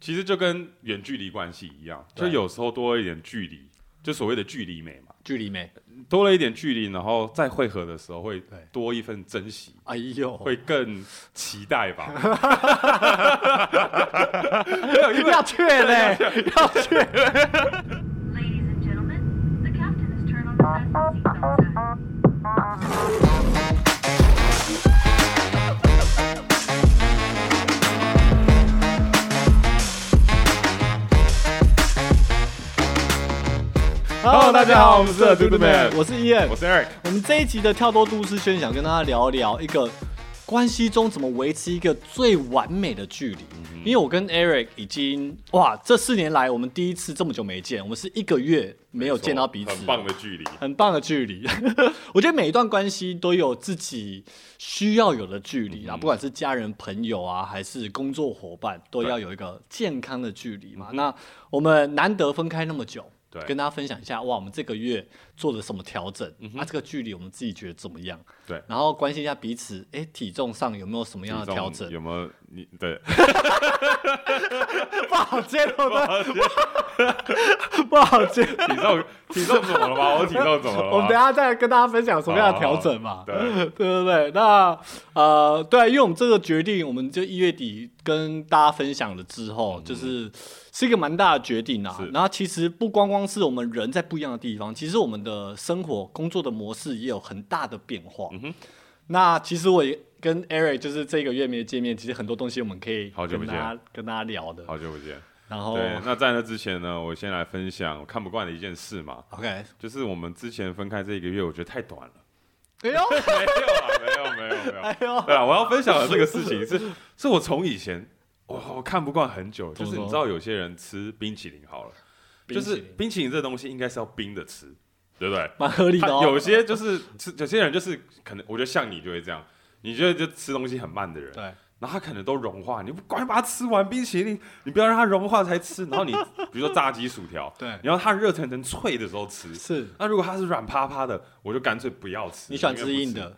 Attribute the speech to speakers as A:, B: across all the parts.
A: 其实就跟远距离关系一样，就
B: 对
A: 有时候多一点距离，就所谓的距离美嘛，
B: 距离美。
A: 多了一点距离，然后再会合的时候会
B: 对
A: 多一份珍惜，
B: 哎呦，
A: 会更期待 吧。
B: 要去嘞， 要去。
C: Ladies and gentlemen, the captain has turned on the fasten seatbelt sign.
A: 大家好我们是
B: 二
A: Dude Man
B: 我是 Ian
A: 我。是 Eric，
B: 我们这一集的跳脱都市圈，想跟大家聊聊一个关系中怎么维持一个最完美的距离。
A: 嗯
B: 因为我跟 Eric 已经哇，这四年来我们第一次这么久没见，我们是一个月没有见到彼此，
A: 很棒的距离。
B: 很棒的距离。 我觉得每一段关系都有自己需要有的距离啊，
A: 嗯
B: 不管是家人、朋友啊，还是工作伙伴，都要有一个健康的距离嘛。那我们难得分开那么久，
A: 嗯对
B: 跟大家分享一下哇，我们这个月做了什么调整？
A: 嗯
B: 啊，这个距离我们自己觉得怎么样？
A: 对
B: 然后关心一下彼此，哎，体重上有没有什么样
A: 体
B: 的
A: 重
B: 调整？
A: 有没有？你对，
B: 不好接，对不对？不好接。
A: 体重体重怎么了吗？我体重怎么了吗？
B: 我们等一下再跟大家分享什么样的调整嘛。
A: 好对，
B: 对 对对，那呃，对，因为我们这个决定，我们就一月底跟大家分享了之后，就是是一个蛮大的决定啊
A: 嗯是。
B: 然后其实不光光是我们人在不一样的地方，其实我们的生活、工作的模式也有很大的变化。
A: 嗯
B: 那其实我也跟 Eric 就是这个月没见面，其实很多东西我们可以
A: 好久不
B: 跟大
A: 见
B: 家跟大家聊的。
A: 好久不见。
B: 然后
A: 对，那在那之前呢，我先来分享我看不惯的一件事嘛，
B: OK，
A: 就是我们之前分开这一个月，我觉得太短了。
B: 哎呦，
A: 没有啊，没有没有没有。
B: 哎呦，
A: 对啊，我要分享的这个事
B: 哎
A: 情是，是我从以前我我看不惯很久，
B: 怎
A: 就
B: 么
A: 是你
B: 说
A: 知道有些人吃冰淇淋好了，就是
B: 冰淇淋
A: 冰淇淋这东西应该是要冰的吃，对不对？
B: 蛮合理的、
A: 他
B: 哦。
A: 有些就是吃，有些人就是可能，我觉得像你就会这样，你觉得就吃东西很慢的人，
B: 对，
A: 然后他可能都融化，你不赶快把它吃完冰淇淋，你不要让它融化才吃，然后你比如说炸鸡薯条，
B: 对
A: 你要它热腾腾脆的时候吃。
B: 是
A: 那如果它是软趴趴的，我就干脆不要吃。
B: 你喜欢
A: 宁
B: 吃
A: 愿不
B: 硬的，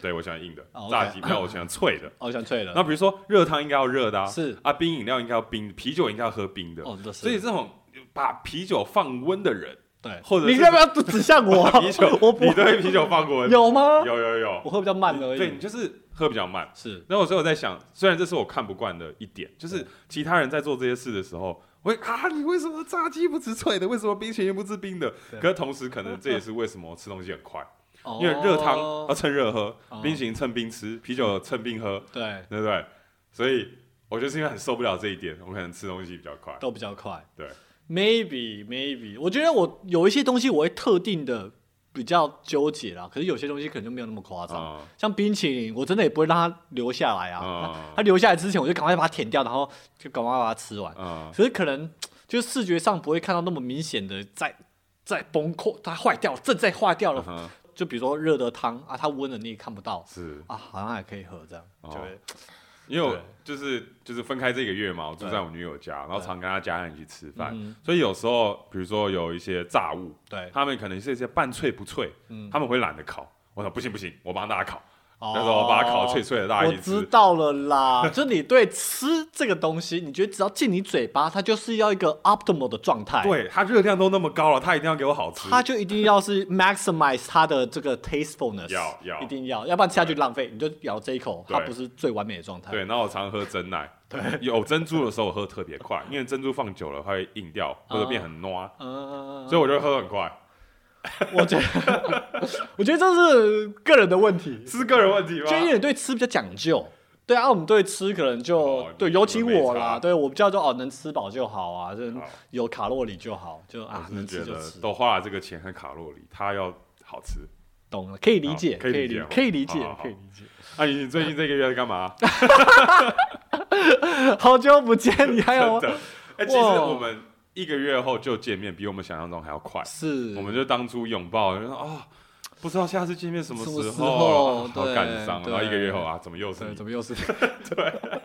A: 对，我喜欢硬的
B: 哦，OK
A: 炸鸡没有，我喜欢脆的。
B: 哦，我喜欢脆的。
A: 那比如说热汤应该要热的、啊，
B: 是
A: 啊，冰饮料应该要冰，啤酒应该要喝冰的。
B: 哦这是
A: 所以这种把啤酒放温的人，
B: 对，
A: 或者
B: 你
A: 是
B: 要不要指向 我？
A: 把啤酒，
B: 我不
A: 你对啤酒放温，
B: 有吗？
A: 有有有
B: 我喝比较慢而已。
A: 对你就是喝比较慢。
B: 是
A: 然后所以我在想，虽然这是我看不惯的一点，就是其他人在做这些事的时候，我会啊，你为什么炸鸡不吃脆的？为什么冰淇淋不吃冰的？
B: 对
A: 可是同时，可能这也是为什么我吃东西很快，
B: 哦
A: 因为热汤要趁热喝
B: 哦，
A: 冰淇淋趁冰吃，啤酒趁冰喝，
B: 对
A: 对不对？所以我就是因为很受不了这一点，我可能吃东西比较快。
B: 都比较快。
A: 对，
B: Maybe maybe，我觉得我有一些东西我会特定的比较纠结啦，可是有些东西可能就没有那么夸张。
A: 啊
B: 像冰淇淋，我真的也不会让它留下来啊。
A: 啊
B: 它它留下来之前，我就赶快把它舔掉，然后就赶快把它吃完。
A: 啊，
B: 可是可能就视觉上不会看到那么明显的在在崩溃，它坏掉了，正在坏掉了。
A: 嗯哼
B: 就比如说热的汤啊，它温了你也看不到
A: 是
B: 啊，好像还可以喝这样，
A: 哦
B: 就会
A: 因为我
B: 对
A: 就是就是分开这个月嘛，我住
B: 对
A: 在我女友家，然后常跟她家人一起吃饭
B: 嗯，
A: 所以有时候比如说有一些炸物，
B: 对嗯
A: 他们可能是一些半脆不脆，他们会懒得烤。我说不行不行，我帮大家烤，
B: 哦
A: 那时候把它烤脆脆的，大家
B: 我
A: 一起
B: 知
A: 吃。
B: 道了啦，就你对吃这个东西，你觉得只要进你嘴巴，它就是要一个 optimal 的状态，，
A: 对，它热量都那么高了，它一定要给我好吃。
B: 它就一定要是 maximize 它的这个 tastefulness，
A: 要要
B: 一定要，要不然吃下去浪费，你就咬这一口，
A: 对
B: 它不是最完美的状态，
A: 对，然后我常喝真 奶，有珍珠的时候我喝特别快，因为珍珠放久了它会硬掉
B: 哦
A: 或者变很糯，
B: 嗯，
A: 所以我就喝很 快，
B: 我觉得 我觉得这是个人的问题，
A: 是个人问题吗
B: 就？因为你对吃比较讲究。对啊，我们对吃可能就、
A: 哦
B: 对，
A: 你
B: 尤其
A: 你们没
B: 我啦，
A: 差
B: 对我比较就哦，能吃饱就好啊，就是
A: 好
B: 有卡路里就好，就啊
A: 我是
B: 能吃
A: 觉
B: 就
A: 得
B: 吃，
A: 都花了这个钱和卡路里，它要好 吃。
B: 懂了，可以理解，
A: 哦好可以理解哦
B: 可以理解
A: 好好，好
B: 可以理解。
A: 那你最近这个月在干嘛？
B: 好久不见，你还 有
A: 真的。哎、其实
B: 哇
A: 我们一个月后就见面，比我们想象中还要快。
B: 是
A: 我们就当初拥抱，然后哦，不知道下次见面什么
B: 什么
A: 时
B: 时候
A: 候，啊好
B: 对
A: 感伤。
B: 对
A: 然后一个月后啊，怎么又是
B: 对，
A: 你
B: 呃怎？么 又是？对，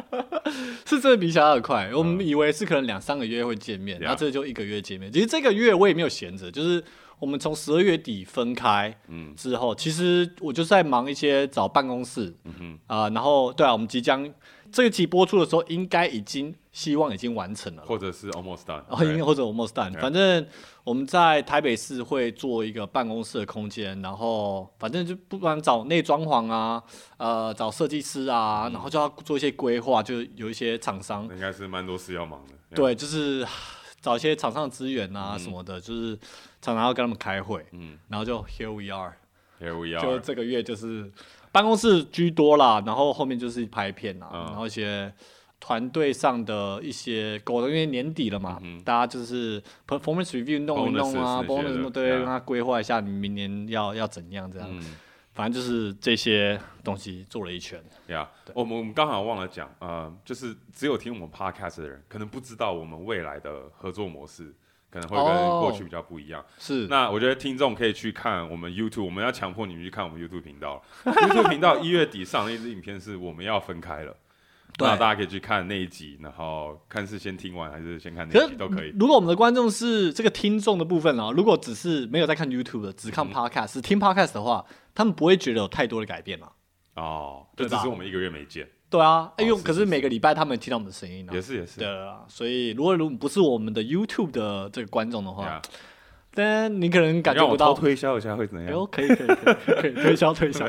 B: 是真的比想象的快。我们以为是可能两三个月会见面，
A: 嗯 Yeah
B: 然后这就一个月见面。其实这个月我也没有闲着，就是我们从十二月底分开
A: 嗯
B: 之后，其实我就在忙一些找办公室
A: 嗯哼，
B: 啊、然后对啊，我们即将这一期播出的时候，应该已经希望已经完成了啦。
A: 或者是 almost done，
B: 然后因为
A: right？
B: 或者 almost done，
A: 对
B: 反正我们在台北市会做一个办公室的空间，然后反正就不管找内装潢啊，呃，找设计师啊，然后就要做一些规划，就是有一些厂商，
A: 应该是蛮多事要忙的。
B: 对，就是找一些厂商的资源啊什么的，就是常常要跟他们开会，
A: 嗯
B: 然后就 here we are，
A: ，Here we
B: 就
A: are。
B: 这个月就是办公室居多啦，然后后面就是拍片啦，
A: 嗯
B: 然后一些团队上的一些狗的，因为年底了嘛，
A: 嗯哼
B: 大家就是 performance review 弄一弄啊
A: Bonuses 那些的
B: ，bonus 对，
A: 对啊
B: 让他规划一下你明年要要怎样这样，
A: 嗯，
B: 反正就是这些东西做了一圈。
A: 呀、我们我们刚好忘了讲，呃，就是只有听我们 podcast 的人，可能不知道我们未来的合作模式，可能会跟
B: 哦
A: 过去比较不一样。
B: 是，
A: 那我觉得听众可以去看我们 YouTube，我们要强迫你们去看我们 YouTube 频道。YouTube 频道一月底上的一支影片是我们要分开 了，
B: 对
A: 那大家可以去看那一集，然后看是先听完还是先看
B: 可
A: 那一集
B: 是嗯
A: 都可以。
B: 如果我们的观众是这个听众的部分啊，如果只是没有在看 YouTube 的，只
A: 嗯
B: 看 podcast，、只听 podcast 的话，他们不会觉得有太多的改变嘛。
A: 哦，这
B: 对吧
A: 只是我们一个月没见，
B: 对啊，哎、
A: 哦
B: 呦，
A: 是
B: 可是
A: 是
B: 每
A: 是
B: 个礼拜他们听到我们的声音呢、
A: 也是也是
B: 对。啊，所以如果如果不是我们的 YouTube 的这个观众的
A: 对
B: 话
A: 啊，
B: 但你可能感觉
A: 让
B: 不
A: 我
B: 到
A: 偷。推销一下会怎
B: 哎
A: 样？
B: 呦，可以可以可以可以推销推销，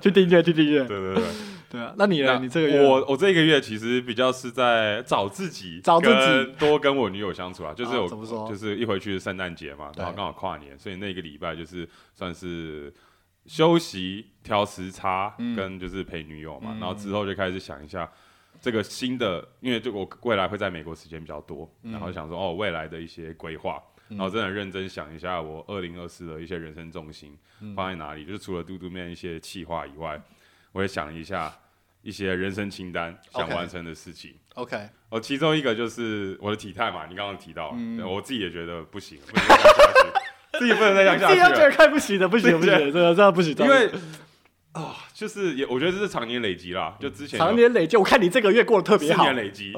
B: 去订阅去订阅。
A: 对对对。
B: 对啊，那你
A: 那
B: 呢？你这个月
A: 我我这个月其实比较是在找自己，
B: 找自己
A: 跟多跟我女友相处啊，就是
B: 啊
A: 我、
B: 怎么说
A: 就是一回去是圣诞节嘛，
B: 对
A: 然后刚好跨年，所以那个礼拜就是算是休息、调时差，
B: 嗯
A: 跟就是陪女友嘛，然后之后就开始想一下。这个新的，因为就我未来会在美国时间比较多，
B: 嗯
A: 然后想说哦未来的一些规划，然后真的认真想一下我二零二四的一些人生重心
B: 嗯
A: 放在哪里，就是除了嘟嘟面一些企划以外，我也想一下一些人生清单
B: OK
A: 想完成的事情。
B: OK，
A: 哦，其中一个就是我的体态嘛，你刚刚提到，
B: 嗯
A: 对我自己也觉得不行，不能再这样下去，自己不能再这样
B: 自己要
A: 下
B: 觉
A: 去
B: 得
A: 了，
B: 看不起的，不行不行，
A: 自己
B: 这个这样不行，
A: 因为啊、就是也我觉得这是常年累积啦，就之前有
B: 常嗯年累积，我看你这个月过得特
A: 四
B: 别好。
A: 年累 积，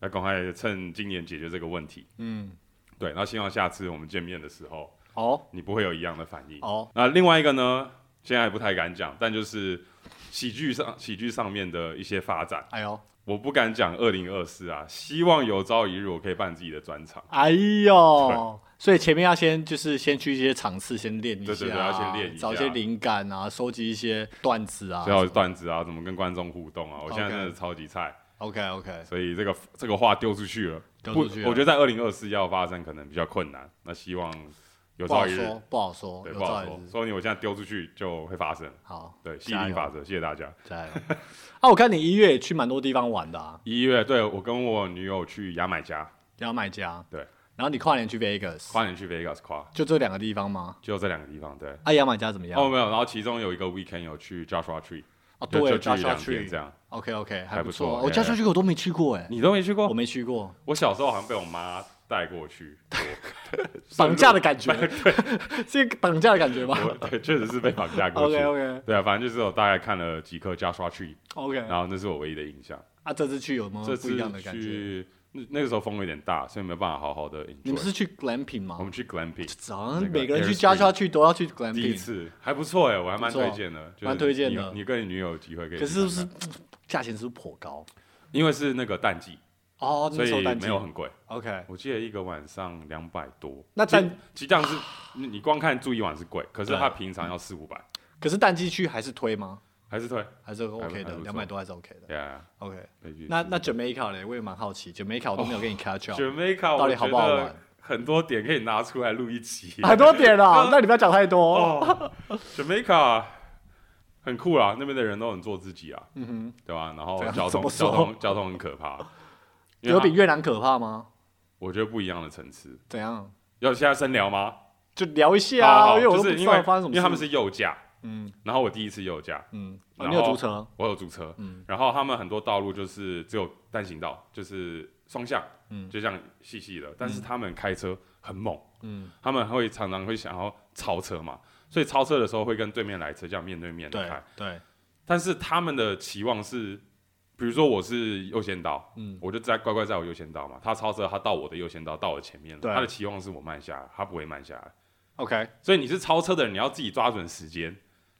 A: 那赶快趁今年解决这个问题。
B: 嗯，
A: 对，那希望下次我们见面的时候，
B: 哦
A: 你不会有一样的反应。
B: 哦，
A: 那另外一个呢，现在还不太敢讲，但就是喜剧上喜剧上面的一些发展，
B: 哎呦，
A: 我不敢讲二零二四啊，希望有朝一日我可以办自己的专场。
B: 哎呦，所以前面要先就是先去一些场次，先练一下，
A: 对对对要先练一下
B: 找一些灵感啊，收集一些段子啊。
A: 最后段子啊，怎么跟观众互动啊，我现在
B: OK
A: 真的超级菜，
B: OK OK，
A: 所以这个这个话丢出去了，
B: 丢
A: 不，
B: 出去了
A: 我觉得在二零二四要发生可能比较困难，那希望有
B: 不
A: 朝
B: 好
A: 一日，
B: 说，不好说，
A: 对，
B: 有
A: 不好
B: 朝一
A: 说，
B: 日。
A: 说不定我现在丢出去就会发生，
B: 好，
A: 对，吸引
B: 加
A: 力
B: 油
A: 法则，谢谢大家。
B: 加油！啊，我看你一月也去蛮多地方玩的啊，
A: 一月，对我跟我女友去牙买加，
B: 然后买家，
A: 对，
B: 然后你跨年去 Vegas，
A: 跨年去 Vegas 跨，
B: 就这两个地方吗？
A: 就这两个地方，对。
B: 啊，牙买加怎么样？
A: 哦，没有，然后其中有一个 weekend 有去 Joshua Tree，
B: 哦，
A: 就
B: 对，
A: 就去两
B: Joshua
A: 天
B: Tree
A: 这样。
B: OK OK，还
A: 还
B: 不
A: 不错
B: 错。我
A: yeah
B: Joshua Tree 我都没去过哎，
A: 你都没去过？
B: 我没去过，
A: 我小时候好像被我妈带过去，
B: 绑架的感觉， 是绑架的感觉吧
A: 我 对，确实是被绑架过去。
B: ？OK OK
A: 对啊，反正就是我大概看了几课 Joshua Tree，
B: OK，
A: 然后那是我唯一的印象。
B: 啊，这次去有没
A: 这
B: 嗯有不
A: 次
B: 一样的感觉？
A: 去那那个时候风有点大，所以没有办法好好的 enjoy。
B: 你们是去 glamping 吗
A: 我？们去 glamping，
B: 早上
A: 那个
B: 每个人去
A: Air
B: 加
A: Spring
B: 加去都要去
A: 第一
B: glamping，
A: 次还不错哎，我还蛮
B: 不错
A: 推荐的，就是
B: 蛮推荐的
A: 你你跟你女友有机会可以去
B: 可
A: 看看，
B: 是是不是价钱是不是颇高？
A: 因为是那个淡季，
B: 哦，
A: 所
B: 那时候
A: 以
B: 淡季
A: 没有很贵。
B: OK，
A: 我记得一个晚上两百多，
B: 那
A: 其
B: 淡
A: 其实这样是你你光看住一晚是贵，可是
B: 对啊
A: 他平常要四五百，
B: 可是淡季去还是推吗？
A: 还是退。
B: 还是 OK
A: 还
B: 的，
A: 不错
B: 两百多还是 OK 的。
A: 对啊，
B: OK，
A: 可以去
B: 那
A: 试
B: 那 Jamaica 嘞，我也蛮好奇，Jamaica 我都没有跟你 catch up，
A: 哦 Jamaica
B: 到
A: 我
B: 底好不好
A: 觉得
B: 玩
A: 很多点可以拿出来录一集。
B: 很多点啦，那你不要讲太多。
A: 哦，Jamaica 很酷啦，那边的人都很做自己啊，嗯哼，对吧？然后
B: 怎样
A: 交
B: 怎
A: 通
B: 么说
A: 交通交通很可 怕，因为
B: 有比
A: 它
B: 越南可怕吗？
A: 我觉得不一样的层次。
B: 怎样？
A: 要现在深聊吗？
B: 就聊一下
A: 好好
B: 啊，
A: 好
B: 因为我都
A: 哦就
B: 不
A: 是
B: 知
A: 因为
B: 道发生什么
A: 因
B: 事。
A: 为他们是右驾，
B: 嗯
A: 然后我第一次右驾，
B: 嗯，
A: 然
B: 啊
A: 后
B: 你有租车？
A: 我有租车，
B: 嗯
A: 然后他们很多道路就是只有单行道，就是双向，
B: 嗯
A: 就这样细细的，但是他们开车很猛，
B: 嗯，
A: 他们会常常会想要超车嘛，所以超车的时候会跟对面来车这样面对面的
B: 对
A: 开，
B: 对，
A: 但是他们的期望是，比如说我是右先道，
B: 嗯
A: 我就在乖乖在我右先道嘛，他超车他到我的右先道，到我前面了，
B: 对
A: 他的期望是我慢下来，他不会慢下来，
B: ，OK，
A: 所以你是超车的人，你要自己抓准时间，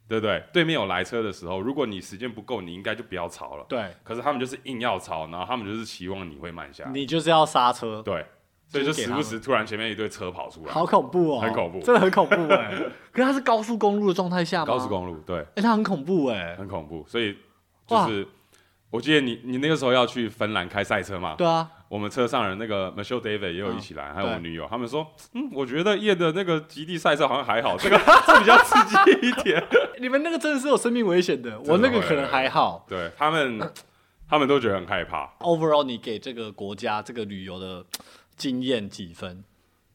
A: 对不对？对面有来车的时候，如果你时间不够，你应该就不要超了。
B: 对，
A: 可是他们就是硬要超，然后他们就是期望你会慢下来，
B: 你就是要刹车，
A: 对，所以就
B: 就是给
A: 时
B: 他
A: 不
B: 们
A: 时突然前面一堆车跑出来，
B: 好恐怖哦，
A: 很恐怖
B: 真的很恐怖哎。 可是它是高速公路的状态下吗？
A: 高速公路，对，
B: 哎，它很恐怖哎。
A: 很恐怖。所以就
B: 哇
A: 是，我记得你你那个时候要去芬兰开赛车嘛，
B: 对啊，
A: 我们车上人那个 Michelle David 也有
B: 嗯
A: 一起来，还有我
B: 对
A: 女友，他们说，嗯，我觉得夜的那个极地赛车好像还好，这个 这比较刺激一点。
B: 你们那个真的是有生命危险的，
A: 的
B: 我那个可能还好。
A: 对他们，他们都觉得很害怕
B: Overall，你给这个国家这个旅游的经验几分？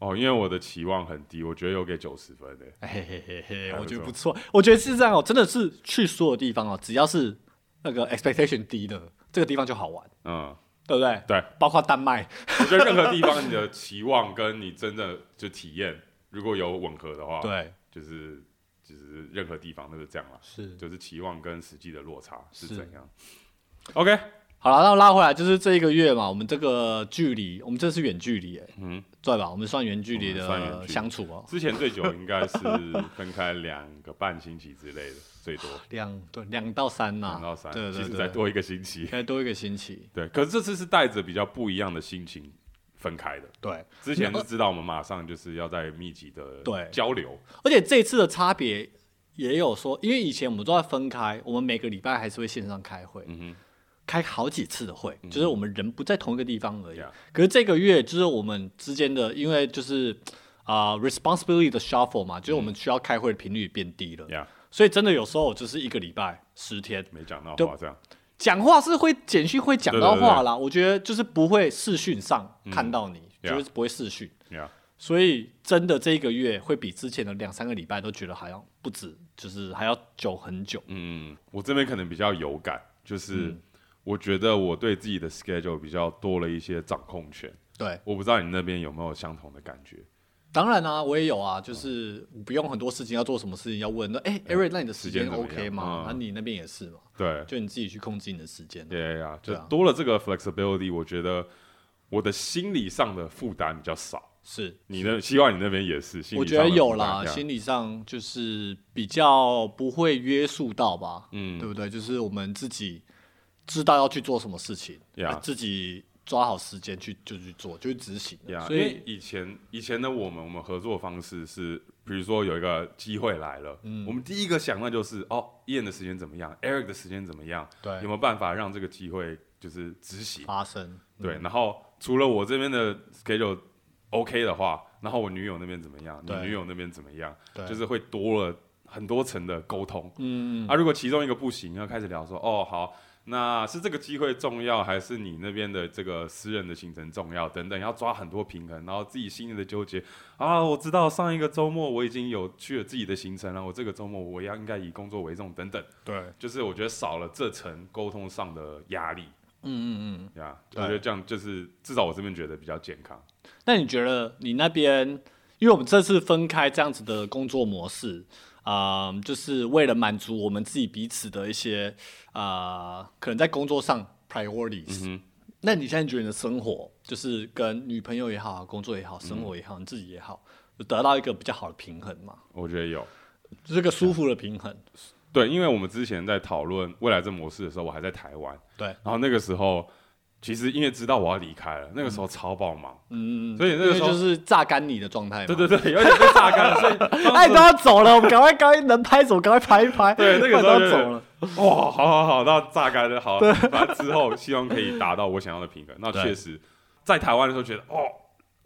A: 哦，因为我的期望很低，我觉得有给九十分的。
B: 哎嘿嘿嘿嘿，
A: 还不
B: 我觉得
A: 错
B: 不错。我觉得是这样哦，真的是去所有地方哦，只要是那个 expectation 低的，这个地方就好玩，
A: 嗯，
B: 对不对？
A: 对，
B: 包括丹麦，
A: 我觉得任何地方你的期望跟你真的就体验如果有吻合的话，，
B: 对，
A: 就是就是任何地方都是这样啦，
B: 是。
A: 就是期望跟实际的落差是
B: 是
A: 怎样。OK，
B: 好了，那拉回来就是这一个月嘛，我们这个距离，我们这是远距离，哎，
A: 嗯，
B: 对吧？我们算远距离
A: 我们算远距
B: 的
A: 离
B: 相处哦，
A: 之前最久应该是分开两个半星期之类的，最 多
B: 两对两到三呐，
A: 两到三，
B: 啊对
A: 其
B: 对
A: 实再
B: 对，
A: 多一个星期
B: 应。该多一个星期，
A: 对，可是这次是带着比较不一样的心情分开的。
B: 对。
A: 之前是知道我们马上就是要在密集的
B: 对
A: 交流，
B: 而且这一次的差别也有说，因为以前我们都在分开，我们每个礼拜还是会线上开会，
A: 嗯
B: 开好几次的会，就是我们人不在同一个地方而已。
A: Yeah
B: 可是这个月就是我们之间的，因为就是啊、responsibility 的 shuffle
A: 嗯
B: 嘛，就是我们需要开会的频率变低了
A: 哼，呀，
B: 所以真的有时候就是一个礼拜十天，
A: 没讲到
B: 对
A: 话这样，
B: 讲话是会简讯会讲到
A: 对对对嗯
B: 话啦，我觉得就是不会视讯上看到你，
A: Yeah
B: 就是不会视讯。
A: 呀，
B: 所以真的这一个月会比之前的两三个礼拜都觉得好像不止，就是还要久很久。
A: 嗯，我这边可能比较有感，就是
B: 嗯
A: 我觉得我对自己的 schedule 比较多了一些掌控权，
B: 对，
A: 我不知道你那边有没有相同的感觉，
B: 当然啦、我也有啊，就是不用很多事情要做什么事情要问，那哎，Eric，那你的时
A: 嗯时
B: 间
A: 间怎么样
B: OK 吗
A: 嗯？
B: 那、你那边也是嘛？
A: 对，
B: 就你自己去控制你的时间。
A: 对呀，就
B: 对啊
A: 多了这个 flexibility，我觉得我的心理上的负担比较少。
B: 是，
A: 你的希望你那边也是，心理
B: 我觉
A: 上
B: 得
A: 的
B: 有
A: 负担
B: 啦，
A: 呀
B: 心理上就是比较不会约束到吧，
A: 嗯
B: 对不对？就是我们自己知道要去做什么事情啊
A: Yeah
B: 自己抓好时间去就去做，就去执行了。
A: 呀，
B: 所
A: 因为
B: 以
A: 以前以前的我们，我们合作方式是，比如说有一个机会来了，我们第一个想到就是哦，Ian 的时间怎么样，Eric 的时间怎么样，
B: 对
A: 有没有办法让这个机会就是执行？
B: 发生
A: 对，然后除了我这边的 schedule OK 的话，然后我女友那边怎么样，你
B: 对
A: 女友那边怎么样，
B: 对
A: 就是会多了很多层的沟通。
B: 嗯，
A: 啊，如果其中一个不行，要开始聊说，哦，好，那是这个机会重要，还是你那边的这个私人的行程重要？等等，要抓很多平衡，然后自己心里的纠结啊，我知道上一个周末我已经有去了自己的行程了，我这个周末我要应该以工作为重，等等，
B: 对，嗯
A: 就是我觉得少了这层沟通上的压力
B: 嗯嗯。
A: 呀，我
B: 对
A: 觉得这样就是至少我这边觉得比较健康。
B: 那你觉得你那边，因为我们这次分开这样子的工作模式，啊、就是为了满足我们自己彼此的一些啊、可能在工作上 priorities，、
A: 嗯
B: 那你现在觉得你的生活，就是跟女朋友也好，工作也好，生活也好，你自己也好，有得到一个比较好的平衡嘛？
A: 我觉得有。
B: 就是个舒服的平衡。
A: 对，因为我们之前在讨论未来这模式的时候，我还在台湾，
B: 对
A: 然后那个时候其实因为知道我要离开了，那个时候超爆忙，
B: 嗯，
A: 所以那个时候
B: 就是榨干你的状态嘛。
A: 对对对，有点被榨干了， 所以
B: 哎，都要走了，我们赶快赶快能拍什么赶快拍一 拍。
A: 对那个时
B: 不
A: 候就
B: 然都
A: 是
B: 要走了。
A: 哇，好好好，那榨干了，好，那之后希望可以达到我想要的 平衡。那
B: 对
A: 确实，在台湾的时候觉得哦，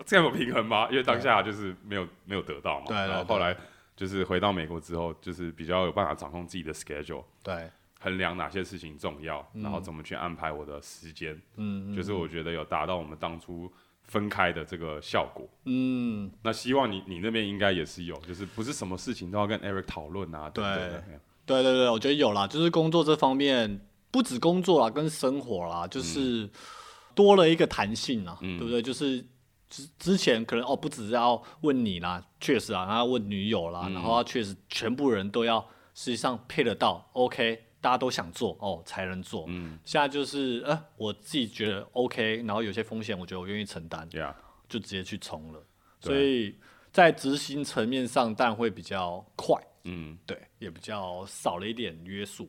A: 这样有平衡吗？因为当下就是没有没有得到嘛，
B: 对对
A: 然后
B: 对
A: 后来就是回到美国之后，就是比较有办法掌控自己的 schedule。
B: 对，
A: 衡量哪些事情重要，然后怎么去安排我的时间，
B: 嗯，
A: 就是我觉得有达到我们当初分开的这个效果。
B: 嗯，
A: 那希望你你那边应该也是有，就是不是什么事情都要跟 Eric 讨论啊，
B: 对
A: 等等的哎
B: 对对对，我觉得有啦，就是工作这方面，不止工作啦，跟生活啦，就是多了一个弹性啊，
A: 嗯
B: 对不对？就是之之前可能哦，不只是要问你啦，确实啊，然后要问女友啦，然
A: 嗯
B: 后要确实全部人都要实际上配得到，OK，大家都想做哦才能做。
A: 嗯
B: 现在就是呃，我自己觉得 OK，然后有些风险，我觉得我愿意承担，
A: ，Yeah，
B: 就直接去冲了。
A: 对
B: 所以在执行层面上，但会比较快。
A: 嗯，
B: 对，也比较少了一点约束。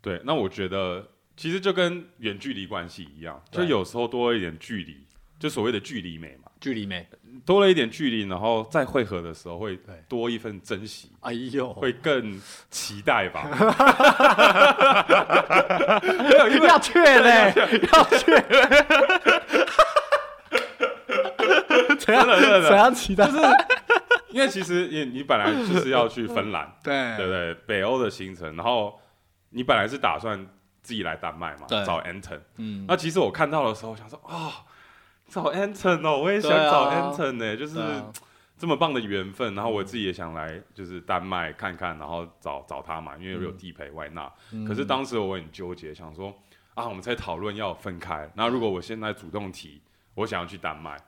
A: 对。那我觉得其实就跟远距离关系一样，就
B: 对
A: 有时候多了一点距离，就所谓的距离美嘛，
B: 距离美，
A: 多了一点距离，然后再会合的时候会
B: 对
A: 多一份珍惜。
B: 哎呦，
A: 会更期待吧？
B: 要去嘞，要去，怎样
A: 真的真的
B: 怎样期待？
A: 因为其实你你本来就是要去芬兰，
B: 对
A: 对不对？北欧的行程，然后你本来是打算自己来丹麦嘛，
B: 对
A: 找 Anton。
B: 嗯
A: 那其实我看到的时候，我想说，哦，找 Anton 哦，我也想
B: 对啊
A: 找 Anton 呢、就是
B: 对啊
A: 这么棒的缘分。
B: 嗯
A: 然后我自己也想来，就是丹麦看看，然后找找他嘛，因为
B: 嗯
A: 有地陪外纳。可是当时我很纠结，想说啊，我们在讨论要分开，那如果我现在主动提，我想要去丹麦。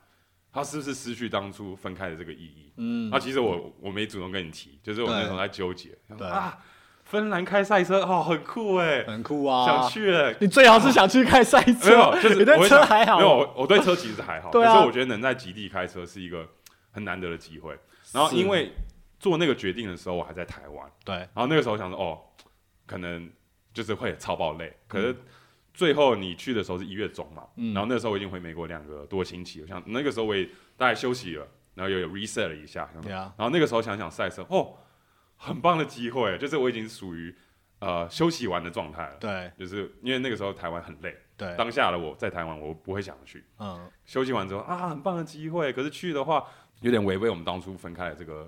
A: 他是不是失去当初分开的这个意义？
B: 嗯
A: 那、其实我我没主动跟你提，就是我那时候在纠结，想说
B: 对
A: 啊，芬兰开赛车哦，很酷哎，
B: 很酷啊，
A: 想。去哎。
B: 你最好是想去开赛
A: 没有
B: 车，，
A: 就是
B: 你对
A: 我会
B: 车
A: 想
B: 还好哦
A: 没有，我我对车其实还好，
B: 对啊
A: 可是我觉得能在极地开车是一个很难得的机会。然后
B: 是
A: 因为做那个决定的时候，我还在台湾，
B: 对，
A: 然后那个时候想说，哦，可能就是会超爆累。可是最后你去的时候是一月中嘛，
B: 嗯
A: 然后那时候我已经回美国两个多星期，我想那个时候我也大概休息了，然后又有 reset 了一下，想说
B: 对啊
A: 然后那个时候想想赛车，哦，很棒的机会，就是我已经属于呃休息完的状态了。
B: 对
A: 就是因为那个时候台湾很累，
B: 对，
A: 当下的我在台湾我不会想去，
B: 嗯，
A: 休息完之后啊，很棒的机会，可是去的话有点违背我们当初分开的这个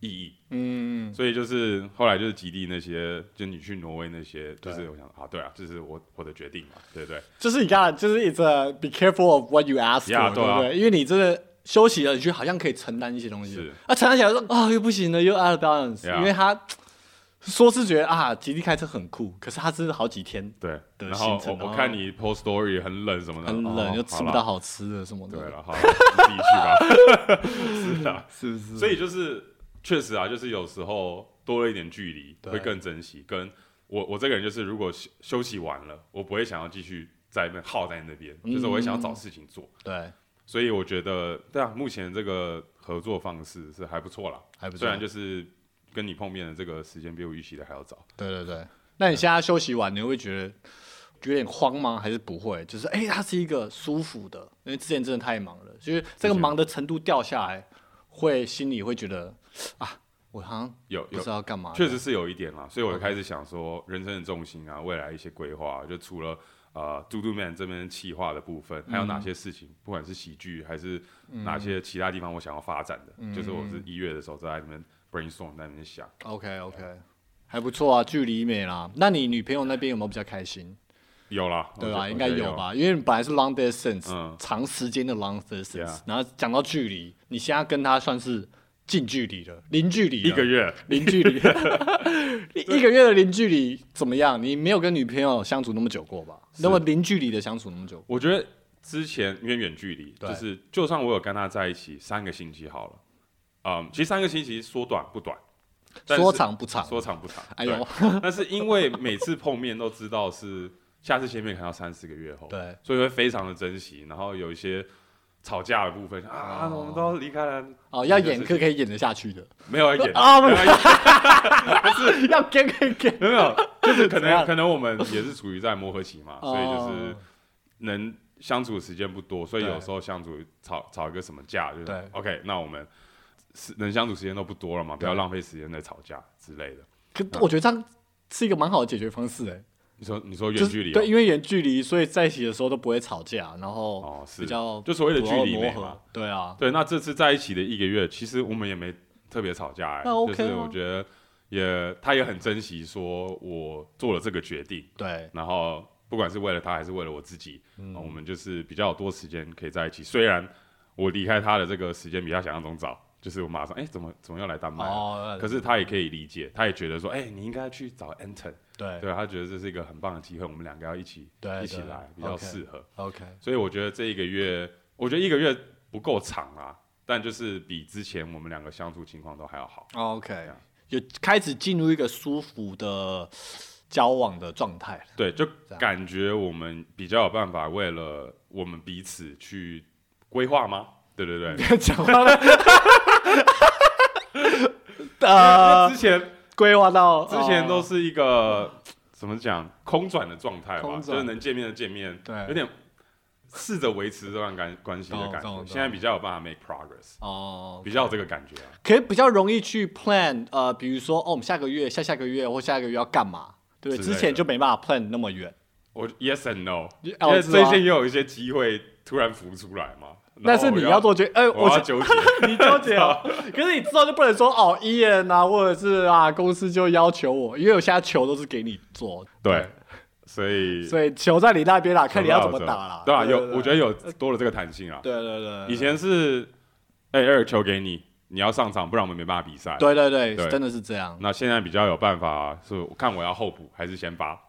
A: 意义。
B: 嗯，
A: 所以就是后来就是极地那些，就你去挪威那些，就
B: 对
A: 是我想啊，对啊，这是我我的决定嘛，对不对？
B: 就是你看，就是 it's a be careful of what you ask for，、
A: Yeah，
B: 对
A: 对啊
B: 不对？因为你真的休息了，你就好像可以承担一些东西
A: 是，
B: 啊，承担起来说啊、又不行了，又 out of balance，、
A: Yeah
B: 因为他说是觉得啊极地开车很酷，可是他真的好几天
A: 对。
B: 的
A: 然后
B: 行程
A: 我我
B: 哦
A: 看你 post story 很冷什么的，
B: 很
A: 哦
B: 冷，又吃不到。好吃的什么
A: 好啦对
B: 的，
A: 了，好啦，你自己去吧。是 啊，
B: 是不是？
A: 所以就是确实啊，就是有时候多了一点距离，
B: 对
A: 会更珍惜。跟我我这个人就是，如果休休息完了，我不会想要继续在那耗在那边，
B: 嗯
A: 就是我会想要找事情做。
B: 对，
A: 所以我觉得，对啊，目前这个合作方式是还不错啦。
B: 还不错。
A: 虽然就是跟你碰面的这个时间比我预期的还要早，
B: 对对对，那你现在休息完，你会觉得有点慌吗？还是不会？就是哎、它是一个舒服的，因为之前真的太忙了，就是这个忙的程度掉下来，会心里会觉得啊，我好像
A: 有
B: 不
A: 有
B: 知道干嘛。
A: 确实，是有一点啦，所以我就开始想说人生的重心啊，未来一些规划，就除了呃嘟嘟 man 这边企划的部
B: 嗯
A: 分，还有哪些事情，不管是喜剧还是哪些其他地方我想要发展的，
B: 嗯
A: 就是我是一月的时候在那边 brainstorm 在那边想，
B: OK OK，还不错啊，距离美啦。那你女朋友那边有没有比较开心？
A: 有啦，
B: 对
A: 我觉
B: 吧？
A: 得
B: 应该有？吧，因为你本来是 long distance，、
A: 嗯
B: 长时间的 long distance，、
A: Yeah
B: 然后讲到距离，你现在跟她算是近距离了，零距离了，
A: 一个月
B: 零距离， 一个月的零距离怎么样？你没有跟女朋友相处那么久过吧？那么零距离的相处那么久，
A: 我觉得之前因为远距离，
B: 对
A: 就是就算我有跟他在一起三个星期好了，嗯，其实三个星期说短不短，但是
B: 说长不长。
A: 说长不长，
B: 哎呦，
A: 对， 但是因为每次碰面都知道是下次见面可能要三四个月后，，
B: 对，
A: 所以会非常的珍惜，然后有一些吵架的部分啊，我们都要离开了，
B: 哦，要演可可以演得下去的，
A: 没有要演
B: 啊
A: 没有要演
B: 要跟可以跟。
A: 没有没 有，就是可
B: 怎样哦
A: 能可能我们也是处于在磨合期嘛，所以就是能相处的时间不多，所以
B: 对
A: 有时候相处吵吵一个什么架，就是
B: 对
A: OK，那我们是能相处时间都不多了嘛，不要浪费时间在吵架之类的。
B: 可我觉得这样是一个蛮好的解决方式哎，
A: 你说你说远
B: 就是
A: 距离哦
B: 对，因为远距离，所以在一起的时候都不会吵架，然后
A: 哦是
B: 比较
A: 就所谓的距离
B: 磨
A: 美
B: 合
A: 嘛，。
B: 对啊，
A: 对，那这次在一起的一个月，其实我们也没特别吵架、欸，
B: 那 OK
A: 就是
B: 啊
A: 我觉得也他也很珍惜，说我做了这个决定，
B: 对
A: 然
B: 嗯
A: 哦后不管是为了他还是为了我自己，呃我们就是比较有多时间可以在一起。虽然我离开他的这个时间比他想象中早，就是我马上哎、怎么怎么又来丹麦了？
B: 哦
A: 可是他也可以理解，他也觉得说，哎、你应该去找 Anton，
B: 对
A: 对他觉得这是一个很棒的机会，我们两个要一起
B: 对
A: 一起
B: 对
A: 来比较
B: OK
A: 适合。
B: ，OK，
A: 所以我觉得这一个月，我觉得一个月不够长啊，但就是比之前我们两个相处情况都还要好。
B: 哦 OK，有开始进入一个舒服的交往的状态了。
A: 对，就
B: 样
A: 感觉我们比较有办法为了我们彼此去规划吗？对对 对，
B: 讲话了，呃，
A: 之前
B: 规划到
A: 之前都是一个怎么讲空转的状态吧，
B: 空
A: 就
B: 转
A: 是能见面的见面，
B: 对
A: 有点试着维持这段感关系的感
B: 懂懂
A: 觉。
B: 懂
A: 现在比较有办法 make progress，
B: 哦，
A: 比较有这个感觉啊。
B: 可以比较容易去 plan，呃，比如说哦，我们下个月、下下个月或下个月要干嘛？对，
A: 之类
B: 之
A: 的
B: 前就没办法 plan 那么远。
A: 我 yes and no，因
B: 哦
A: 为
B: 是
A: 最
B: 吗
A: 近也有一些机会突然浮出来嘛，然
B: 但
A: 后
B: 是
A: 我
B: 你要做决，呃，
A: 我要
B: 觉
A: 纠结，
B: 你纠 结哦。可是你知道就不能说哦，艺人啊，或者是啊，公司就要求我，因为我现在球都是给你做，
A: 对，所以
B: 所以球在你那边啦，
A: 以
B: 看你要怎么打啦。
A: 对啊，有我觉得有多了这个弹性啊。
B: 呃对对对，
A: 以前是哎，二球给你，你要上场，不然我们没办法比赛。
B: 对对对，
A: 对
B: 真的是这样。
A: 那现在比较有办法，是我看我要候补还是先发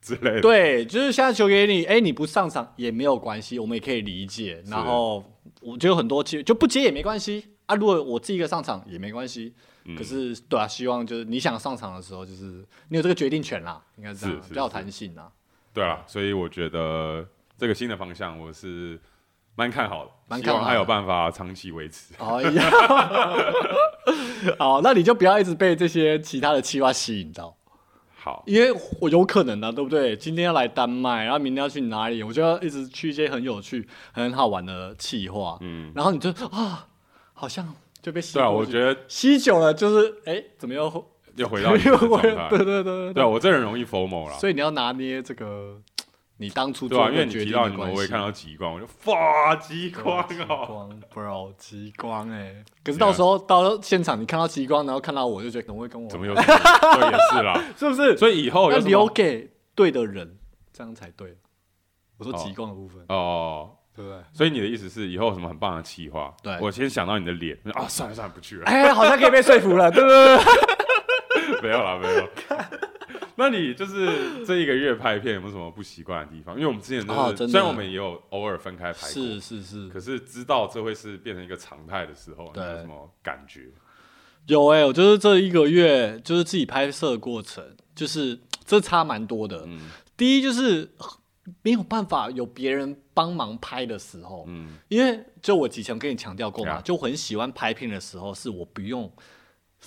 A: 之类的。
B: 对，就是现在球给你，哎、你不上场也没有关系，我们也可以理解。然后我觉得很多接就不接也没关系啊，如果我自己一个上场也没关系。可是对啊，希望就是你想上场的时候，就是你有这个决定权啦，应该是这样
A: 是，是
B: 比较有弹性啦，
A: 对啊，所以我觉得这个新的方向我是蛮看好的，
B: 蛮
A: 希
B: 看好的
A: 望他有办法长期维持。
B: 哎呀， 好，那你就不要一直被这些其他的气话吸引到，
A: 好，
B: 因为我有可能啊，对不对？今天要来丹麦，然后明天要去哪里，我就要一直去一些很有趣、很好玩的气话，
A: 嗯，
B: 然后你就啊，好像就被吸
A: 对啊，
B: 过
A: 我
B: 去
A: 觉得
B: 吸久了就是哎，怎么又
A: 又回到
B: 又
A: 你的状
B: 又对
A: 态。
B: 对对
A: 对啊，我这人容易 FOMO 啦，
B: 所以你要拿捏这个你当初
A: 对
B: 做
A: 啊，
B: 过
A: 因为你
B: 决
A: 提
B: 定
A: 到
B: 的
A: 你们，
B: 关
A: 我会
B: 系。啊
A: 看到极光，我就哇极光
B: 极
A: 哦，
B: 光，bro，极啊光哎、可是到时候到了现场，你看到极光，然后看到我，就觉得可能会跟我
A: 怎么又是你对也是啦，
B: 是不是？
A: 所以以后
B: 要
A: 有什
B: 留
A: 么哦
B: 给对的人，这样才对。我说
A: 哦
B: 极光的部分，
A: 哦。
B: 对不对？
A: 所以你的意思是以后有什么很棒的企划？
B: 对
A: 我先想到你的脸啊，算了算了，不去了。
B: 哎，好像可以被说服了，对不对？
A: 没有啦，没有。 那你就是这一个月拍片有没有什么不习惯的地方？因为我们之前真的
B: 哦
A: 是
B: 真的
A: 虽然我们也有偶尔分开拍过，
B: 是是是，
A: 可是知道这会是变成一个常态的时候，你
B: 对
A: 有什么感觉？
B: 有哎、我就是这一个月就是自己拍摄的过程，就是这差蛮多的。
A: 嗯
B: 第一就是呃没有办法有别人帮忙拍的时候，
A: 嗯，
B: 因为就我之前跟你强调过嘛
A: Yeah
B: 就我很喜欢拍片的时候，是我不用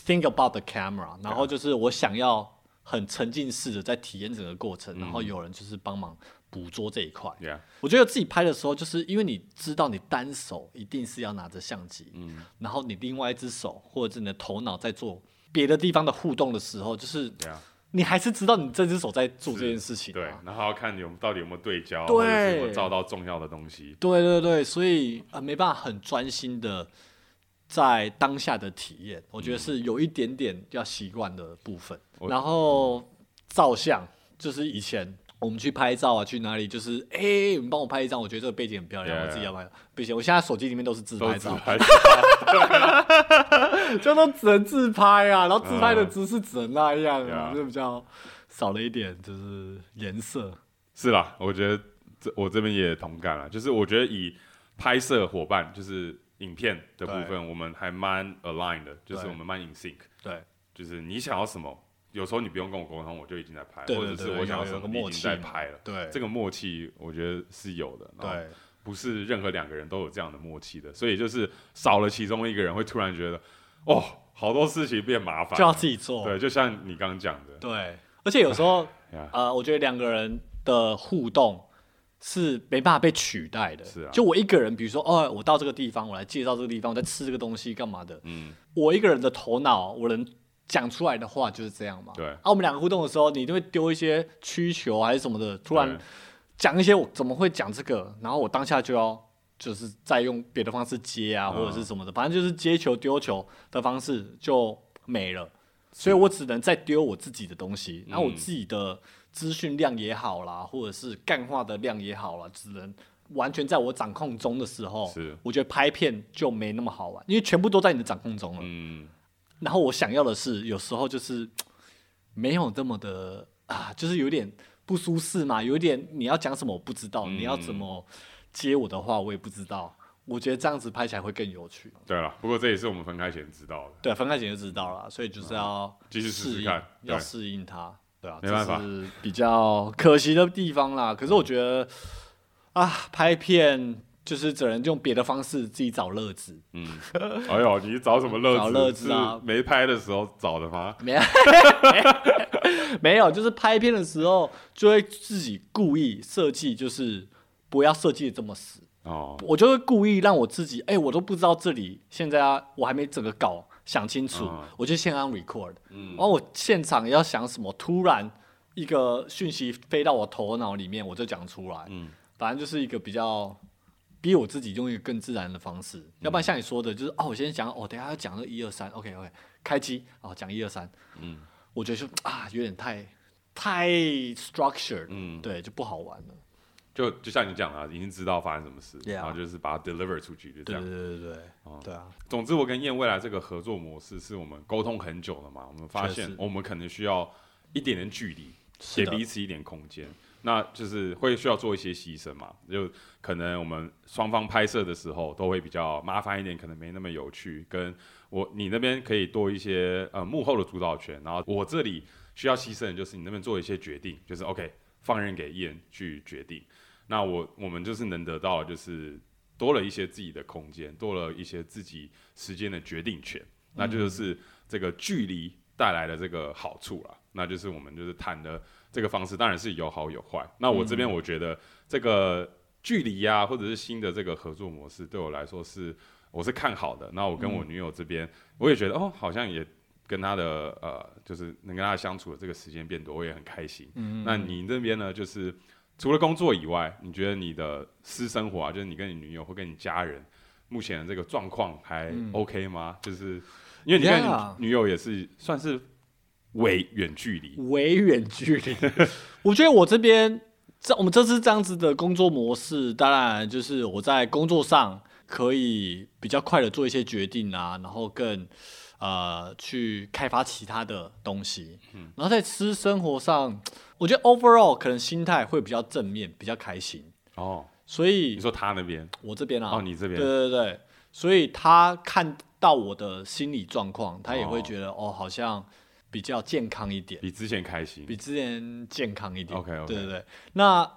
B: think about the camera，然后就是我想要很沉浸式的在体验整个过程，然后有人就是帮忙捕捉这一块。
A: 嗯 yeah，
B: 我觉得自己拍的时候，就是因为你知道你单手一定是要拿着相机，
A: 嗯
B: 然后你另外一只手或者是你的头脑在做别的地方的互动的时候，就是
A: 对啊
B: 你还是知道你这只手在做这件事情、
A: 对
B: 啊。，
A: 然后要看有到底有没有对焦，
B: 对
A: 或者是有没有照到重要的东西。
B: 对对对，所以呃没办法很专心的在当下的体验，我觉得是有一点点要习惯的部分。
A: 嗯我
B: 然后照相就是以前我们去拍照啊，去哪里就是哎、诶你帮我拍一张，我觉得这个背景很漂亮
A: Yeah,
B: 我自己要拍。不行，我现在手机里面都是自
A: 都
B: 拍
A: 是 自
B: 照，
A: 拍，
B: 就都只 能自拍啊，然后自拍的姿势只能那样啊，
A: Yeah
B: 就比较少了一点就是颜色。
A: 是啦，我觉得这我这边也同感啦，就是我觉得以拍摄伙伴，就是影片的部
B: 对
A: 分，我们还蛮 aligned 的，就是
B: 对
A: 我们蛮 in sync。
B: 对，
A: 就是你想要什么，有时候你不用跟我沟通，我就已经在拍，
B: 对对
A: 或者是
B: 对
A: 我想要
B: 有
A: 什
B: 有
A: 么，
B: 个
A: 你已
B: 默
A: 经
B: 契
A: 在
B: 嘛
A: 拍了。
B: 对
A: 这个默契我觉得是有的。然后
B: 对，
A: 不是任何两个人都有这样的默契的，所以就是少了其中一个人，会突然觉得，哦，好多事情变麻烦
B: 就。要自己做。
A: 对，就像你刚刚讲的，
B: 对，而且有 时候
A: 呀，
B: 呃，我觉得两个人的互动是没办法被取代的。
A: 是啊
B: 就我一个人，比如说，哦，我到这个地方，我来介绍这个地方，我在吃这个东西，干嘛的？
A: 嗯，
B: 我一个人的头脑，我能讲出来的话就是这样嘛。
A: 对
B: 啊，我们两个互动的时候，你就会丢一些需求还是什么的，突然
A: 对
B: 讲一些我怎么会讲这个，然后我当下就要。就是再用别的方式接啊，或者是什么的，反正就是接球丢球的方式就没了。
A: 嗯
B: 所以我只能再丢我自己的东西，然后我自己的资讯量也好啦，或者是干话的量也好啦，只能完全在我掌控中的时候，
A: 是
B: 我觉得拍片就没那么好玩，因为全部都在你的掌控中了。
A: 嗯，
B: 然后我想要的是，有时候就是没有这么的啊，就是有点不舒适嘛，有点你要讲什么我不知道，你要
A: 嗯
B: 怎么接我的话我也不知道。我觉得这样子拍起来会更有趣。
A: 对了，不过这也是我们分开前知道的。
B: 对，分开前就知道了，所以就是要
A: 嗯继续试试
B: 适应
A: 看对
B: 要适应它。对啊，
A: 没办法嗯
B: 这是比较可惜的地方啦。可是我觉得、啊，拍片就是只能用别的方式自己找乐子。
A: 嗯， 哎呦，你找什么乐子？
B: 找乐子啊
A: 是没拍的时候找的吗？
B: 没有， 没有，就是拍片的时候就会自己故意设计，就是不要设计得这么死。
A: 哦，
B: 我就会故意让我自己，哎、我都不知道这里现在、啊、我还没整个搞想清楚，
A: 嗯
B: 我就先按 record，、
A: 嗯
B: 然后我现场要想什么，突然一个讯息飞到我头脑里面，我就讲出来。
A: 嗯
B: 反正就是一个比较逼我自己用一个更自然的方式，
A: 嗯
B: 要不然像你说的，就是哦，我先讲，哦，等一下要讲这一二三，OK OK，开机，哦，讲一二三，
A: 嗯
B: 我觉得就啊，有点太太 structured，、
A: 嗯，
B: 对，就不好玩了。
A: 就就像你讲的啊，已经知道发生什么事
B: Yeah
A: 然后就是把它 deliver 出去，就这
B: 对
A: 样哦
B: 对。对对对，对啊，
A: 总之，我跟燕未来这个合作模式是我们沟通很久了嘛，我们发
B: 确
A: 现
B: 实
A: 我们可能需要一点点距离，给
B: 是的
A: 彼此一点空间，那就是会需要做一些牺牲嘛，就可能我们双方拍摄的时候都会比较麻烦一点，可能没那么有趣，跟我你那边可以多一些呃幕后的主导权，然后我这里需要牺牲的就是你那边做一些决定，就是 OK 放任给燕去决定，那我我们就是能得到的就是多了一些自己的空间，多了一些自己时间的决定权，那这就是这个距离带来的这个好处啦。那就是我们就是谈的这个方式，当然是有好有坏。那我这边我觉得这个距离呀、或者是新的这个合作模式，对我来说是我是看好的。那我跟我女友这边，我也觉得哦，好像也。跟她的呃，就是能跟她相处的这个时间变多，我也很开心。那你那边呢？就是除了工作以外，你觉得你的私生活啊，就是你跟你女友或跟你家人，目前的这个状况还 OK 吗？就是因为你跟你
B: 嗯 Yeah
A: 女友也是算是伪远距离，
B: 维远距离， 我觉得我这边这我们这次这样子的工作模式，当然就是我在工作上可以比较快的做一些决定啊，然后更呃去开发其他的东西，
A: 嗯
B: 然后在私生活上，我觉得 overall 可能心态会比较正面，比较开心，
A: 哦，
B: 所以
A: 你说他那边
B: 我这边啊，
A: 哦你这边
B: 对对对，所以他看到我的心理状况，他也会
A: 哦
B: 觉得哦好像比较健康一点。
A: 比之前开心
B: 比之前健康一点。
A: OK，OK
B: 对对对。那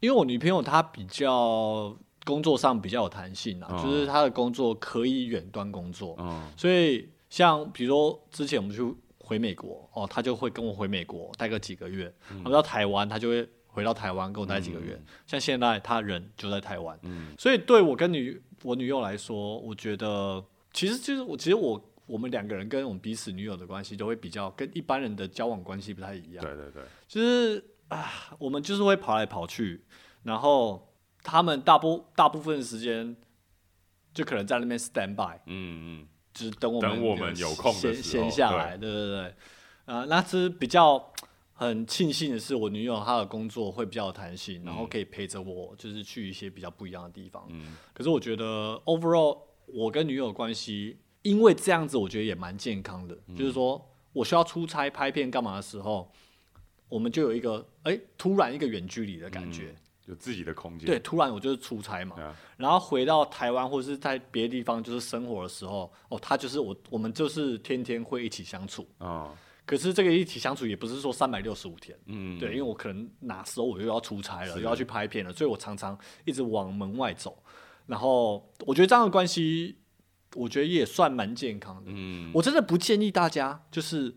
B: 因为我女朋友她比较工作上比较有弹性啊，
A: 哦
B: 就是她的工作可以远端工作，
A: 嗯
B: 所以像比如说之前我们去回美国哦，她就会跟我回美国待个几个月，
A: 嗯
B: 我们到台湾她就会。回到台湾跟我待几个月，像现在她人就在台湾，
A: 嗯
B: 所以对我跟女我女友来说，我觉得其实就是我，其实我我们两个人跟我们彼此女友的关系都会比较跟一般人的交往关系不太一样。
A: 对对对，
B: 就是啊，我们就是会跑来跑去，然后他们大部大部分的时间就可能在那边 stand by，
A: 嗯嗯，
B: 就是等我们
A: 等我们有空的时候
B: 闲闲下来，对对对，啊、那是比较很庆幸的是，我女友她的工作会比较有弹性，然后可以陪着我，就是去一些比较不一样的地方。
A: 嗯
B: 可是我觉得 overall 我跟女友的关系，因为这样子，我觉得也蛮健康的。
A: 嗯
B: 就是说我需要出差拍片干嘛的时候，我们就有一个哎、突然一个远距离的感觉。
A: 有自己的空间，
B: 对，突然我就是出差嘛，
A: 对啊
B: 然后回到台湾或是在别的地方就是生活的时候，哦，他就是我，我们就是天天会一起相处。
A: 哦
B: 可是这个一起相处也不是说三百六十五天，
A: 嗯
B: 对，因为我可能哪时候我又要出差了，
A: 是
B: 又要去拍片了，所以我常常一直往门外走。然后我觉得这样的关系，我觉得也算蛮健康的。
A: 嗯
B: 我真的不建议大家就是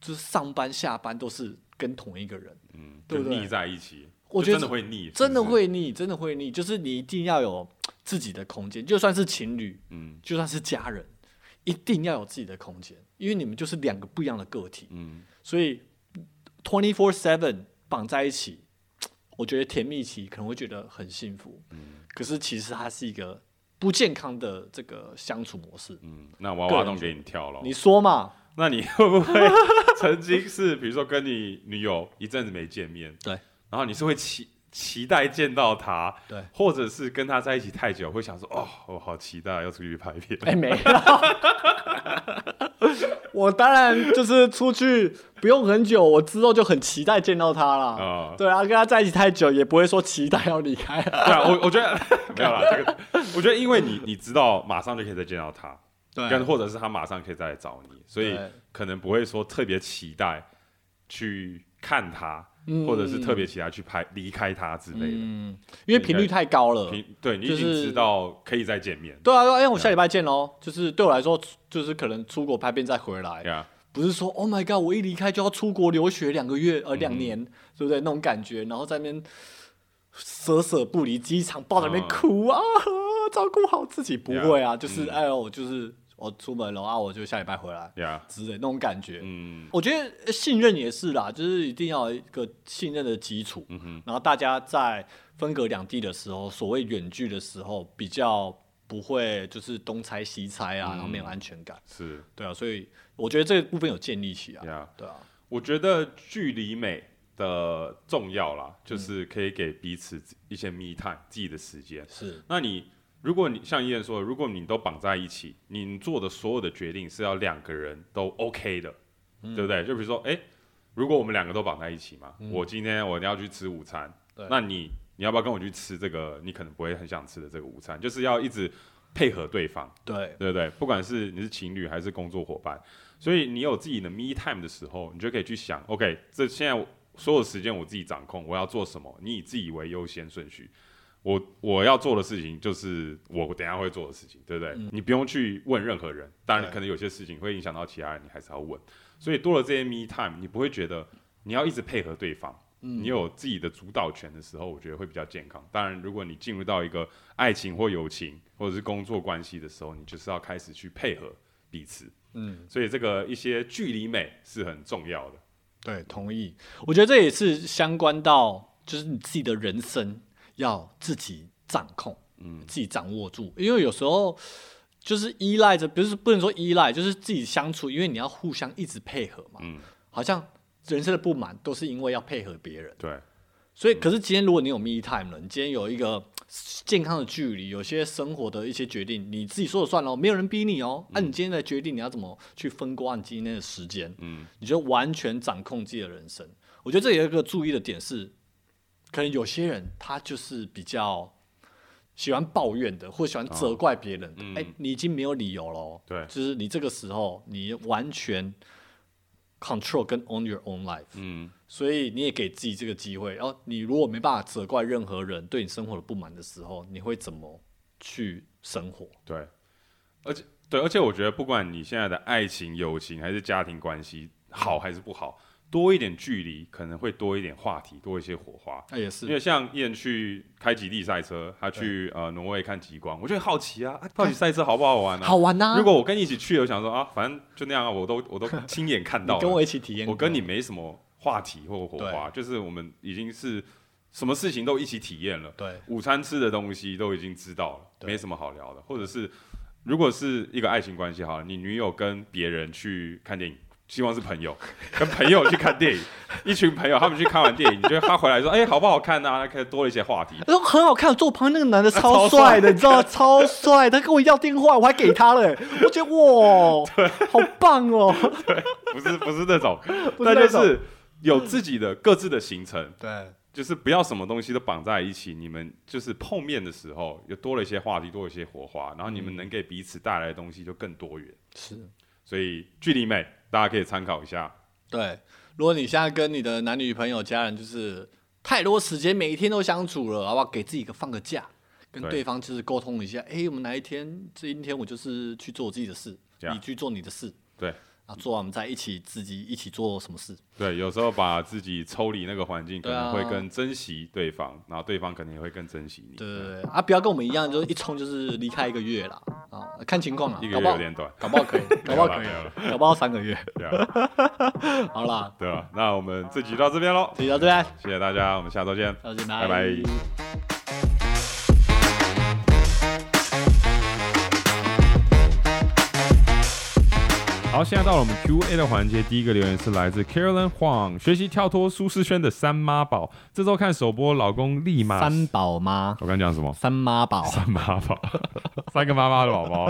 B: 就是上班下班都是跟同一个人，
A: 嗯，
B: 对
A: 就
B: 不对
A: 腻在一起，
B: 我
A: 就
B: 觉得
A: 真的会腻，
B: 真
A: 是
B: 的
A: 不是，
B: 会腻，真的会腻。就是你一定要有自己的空间，就算是情侣，
A: 嗯
B: 就算是家人，一定要有自己的空间，因为你们就是两个不一样的个体。
A: 嗯，
B: 所以 twenty four seven 绑在一起，我觉得甜蜜期可能会觉得很幸福，
A: 嗯
B: 可是其实它是一个不健康的这个相处模式。
A: 嗯，那娃
B: 个
A: 娃
B: 人
A: 洞
B: 觉
A: 给你跳了，
B: 你说嘛？
A: 那你会不会曾经是比如说跟你女友一阵子没见面，
B: 对，
A: 然后你是会期期待见到他，
B: 对
A: 或者是跟他在一起太久，会想说哦，我好期待要出去拍片。
B: 哎、没有， 我当然就是出去不用很久，我之后就很期待见到他啦。
A: 啊
B: 对啊，跟他在一起太久，也不会说期待要离开 啊。
A: 对啊，我我觉 得没有啦，这个我觉得因为你你知道马上就可以再见到他，
B: 啊
A: 跟或者是他马上可以再来找你，所以
B: 对
A: 可能不会说特别期待去看他，
B: 嗯
A: 或者是特别期待去拍离开他之类的。
B: 因为频率太高了。
A: 平对你
B: 嗯就
A: 已经
B: 是
A: 知道可以再见面，
B: 对啊，对啊哎、我下礼拜见喽。就是对我来说，就是可能出国拍片再回来
A: 对，啊，
B: 不是说 Oh my God，我一离开就要出国留学两个月
A: 嗯
B: 呃两年，对不对？那种感觉，然后在那边舍舍不离机场，抱在那边
A: 嗯
B: 哭啊，照顾好自己。不
A: Yeah，
B: 会啊，就是
A: 嗯
B: 哎呦，我就是我出门了啊，我就下礼拜回来
A: 对啊，
B: 之类那种感觉。
A: 嗯
B: 我觉得信任也是啦，就是一定要有一个信任的基础，
A: 嗯哼，
B: 然后大家在分隔两地的时候，所谓远距的时候，比较不会就是东猜西猜
A: 嗯
B: 啊，然后没有安全感。
A: 是
B: 对啊，所以我觉得这个部分有建立起来。
A: 对啊。
B: 对啊，
A: 我觉得距离美的重要啦，就是可以给彼此一些 me time 自己的时间。
B: 是
A: 那你如果你像伊人说的，如果你都绑在一起，你做的所有的决定是要两个人都 OK 的，对不对？就比如说，哎、如果我们两个都绑在一起嘛，我今天我要去吃午餐
B: 对，
A: 那你你要不要跟我去吃这个你可能不会很想吃的这个午餐？就是要一直配合对方。
B: 对，
A: 对不对？不管是你是情侣还是工作伙伴，所以你有自己的 me time 的时候，你就可以去想，OK，这现在我所有时间我自己掌控，我要做什么？你以自己为优先顺序。我我要做的事情就是我等一下会做的事情，对不对？你不用去问任何人，当然
B: 对
A: 可能有些事情会影响到其他人，你还是要问。所以多了这些 me time，你不会觉得你要一直配合对方，你有自己的主导权的时候，我觉得会比较健康。当然，如果你进入到一个爱情或友情或者是工作关系的时候，你就是要开始去配合彼此。
B: 嗯，
A: 所以这个一些距离美是很重要的。
B: 对，同意。我觉得这也是相关到，就是你自己的人生要自己掌控，嗯，自己掌握住，因为有时候就是依赖着，不是不能说依赖，就是自己相处，因为你要互相一直配合嘛，
A: 嗯，
B: 好像人生的不满都是因为要配合别人。
A: 对，
B: 所以，可是今天如果你有 me time 了，你今天有一个健康的距离，有些生活的一些决定，你自己说了算喽，没有人逼你哦。
A: 嗯
B: 那、你今天的决定，你要怎么去分瓜你今天的时间？
A: 嗯，
B: 你就完全掌控自己的人生。我觉得这有一个注意的点是，可能有些人他就是比较喜欢抱怨的，或喜欢责怪别人的。哎、你已经没有理由喽。
A: 哦嗯对
B: 就是你这个时候，你完全 control 跟 own your own life。
A: 嗯，
B: 所以你也给自己这个机会。然后你如果没办法责怪任何人对你生活的不满的时候，你会怎么去生活？
A: 对，而且对，而且我觉得不管你现在的爱情、友情还是家庭关系好还是不好，多一点距离可能会多一点话题，多一些火花。
B: 那、也
A: 因
B: 是
A: 为像燕去开极地赛车，他去呃挪威看极光，我就很好奇啊，啊到底赛车好不好玩啊？
B: 好玩呐、
A: 如果我跟你一起去，我想说啊，反正就那样啊，我都 我都亲眼看到
B: 你
A: 了，
B: 跟我一起体验，
A: 我跟你没什么话题或火花，就是我们已经是什么事情都一起体验了，
B: 对
A: 午餐吃的东西都已经知道了，
B: 对
A: 没什么好聊的，或者是如果是一个爱情关系好了，你女友跟别人去看电影。希望是朋 友，跟朋友去看电影，一群朋友他们去看完电影，你觉得他回来 说，哎、好不好看啊？可以多了一些话题。
B: 然后很好看，我坐我旁边那个男的超帅的，你知道吗，超帅，他跟我要电话，我还给他了，我觉 得哇，好棒哦，
A: 不是不是那种，
B: 不是
A: 那
B: 那
A: 就
B: 种
A: 是有自己的各自的行程，
B: 对，
A: 就是不要什么东西都绑在一起。你们就是碰面的时候，又多了一些话题，多了一些火花，然后你们能给彼此带来的东西就更多元。
B: 是，
A: 所以距离美，大家可以参考一下。
B: 对。如果你现在跟你的男女朋友、家人就是太多时间，每一天都相处了，好不好？给自己一个放个假，跟
A: 对
B: 对方就是沟通一下，哎、我们哪一天，今天我就是去做我自己的事，
A: Yeah
B: 你去做你的事，
A: 对
B: 啊，做完我们再一起自己一起做什么事。
A: 对，有时候把自己抽离那个环境，可
B: 对啊
A: 能会更珍惜对方，然后对方可能也会更珍惜你。
B: 对对对，啊，不要跟我们一样，就是一冲就是离开一个月啦，啊，看情况啦，
A: 一个
B: 搞
A: 月
B: 不好
A: 有点短，
B: 搞不好可以，搞不好 可
A: 没有啦
B: 以，搞不好三个月。
A: 对啊，
B: 好啦，
A: 对啊。那我们这集到这边喽，
B: 就到这边，
A: 谢谢大家，我们下周见，
B: 到这边，
A: 拜拜。好，好，现在到了我们 Q&A 的环节，第一个留言是来自 Carolyn Huang，学习跳脱舒适圈的三妈宝，这周看首播，老公立马，
B: 三宝妈，
A: 我刚讲什么？
B: 三妈宝，
A: 三妈宝， 三个妈妈的宝宝，